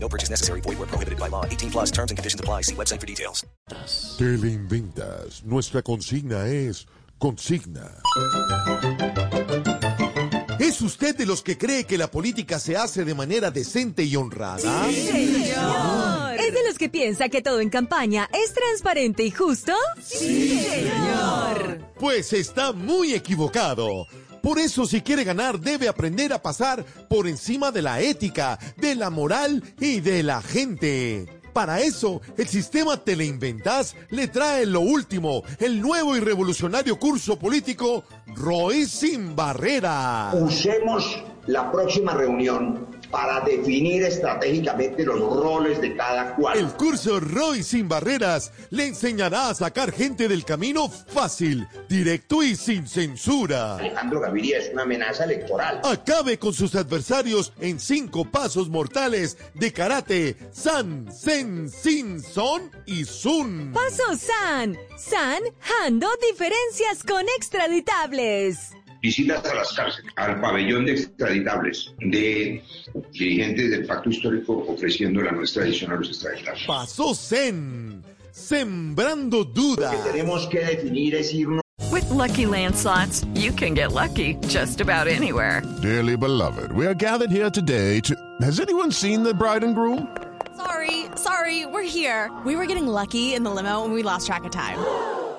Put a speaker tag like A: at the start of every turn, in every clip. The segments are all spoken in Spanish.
A: No purchase necessary. Void where prohibited by law. 18 plus terms and conditions apply. See website for details.
B: Te la inventas. Nuestra consigna es consigna. ¿Es usted de los que cree que la política se hace de manera decente y honrada?
C: ¿Es de los que piensa que todo en campaña es transparente y justo?
B: Pues está muy equivocado. Por eso si quiere ganar debe aprender a pasar por encima de la ética, de la moral y de la gente. Para eso, el sistema Te la Inventas le trae lo último, el nuevo y revolucionario curso político Roy Sin Barrera.
D: Usemos la próxima reunión para definir estratégicamente los roles de cada cual.
B: El curso Roy Sin Barreras le enseñará a sacar gente del camino fácil, directo y sin censura.
D: Alejandro Gaviria es una amenaza electoral.
B: Oh. Acabe con sus adversarios en cinco pasos mortales de karate, san, sen, sin, son y sun.
C: Paso San. San, Hando, diferencias con extraditables.
E: visitas a las cárceles, al pabellón de extraditables de dirigentes del pacto histórico ofreciendo la nuestra adición a los extraditables.
B: Paso zen, sembrando duda.
D: Lo que tenemos que definir es irnos
F: With Lucky Land slots, you can get lucky just about anywhere.
G: Dearly beloved, we are gathered here today to. Has anyone seen the bride and groom?
H: Sorry, sorry, we're here. We were getting lucky in the limo and we lost track of time.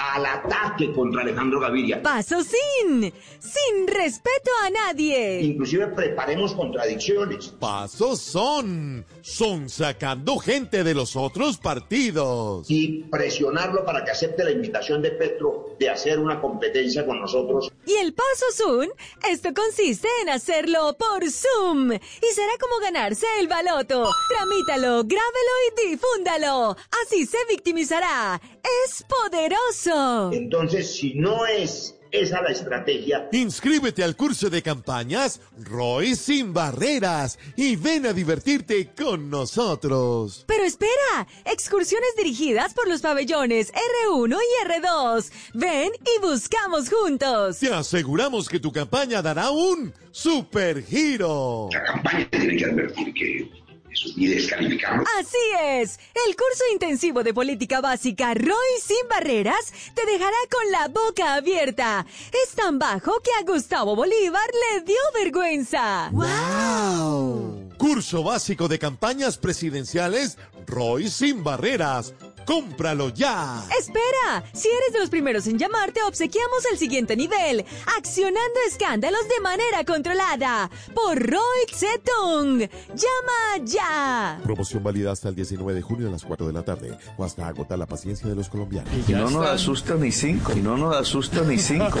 D: al ataque contra Alejandro Gaviria.
C: Paso Sin. Sin respeto a nadie.
D: Inclusive preparemos contradicciones.
B: Paso son, son sacando gente de los otros partidos.
D: Y presionarlo para que acepte la invitación de Petro de hacer una competencia con nosotros.
C: Y el paso Zoom, esto consiste en hacerlo por Zoom. Y será como ganarse el baloto. Tramítalo, grábelo y difúndalo. Así se victimizará. Es poderoso.
D: Entonces, si no es esa la estrategia,
B: Inscríbete al curso de campañas Roy Sin Barreras y ven a divertirte con nosotros.
C: Pero espera, excursiones dirigidas por los pabellones R1 y R2. Ven y buscamos juntos.
B: Te aseguramos que tu campaña dará un supergiro.
E: La campaña tiene que advertir que eso y descalificarlo.
C: Así es, el curso intensivo de política básica Roy Sin Barreras te dejará con la boca abierta. Es tan bajo que a Gustavo Bolívar le dio vergüenza.
B: Curso básico de campañas presidenciales Roy Sin Barreras. ¡Cómpralo ya!
C: Eh. Espera, si eres de los primeros en llamar, te obsequiamos el siguiente nivel, accionando escándalos de manera controlada por Roy Zetung. Llama ya.
B: Promoción válida hasta el 19 de junio a las 4 de la tarde o hasta agotar la paciencia de los colombianos.
I: Y no nos asusta ni cinco. Y no nos asusta ni cinco.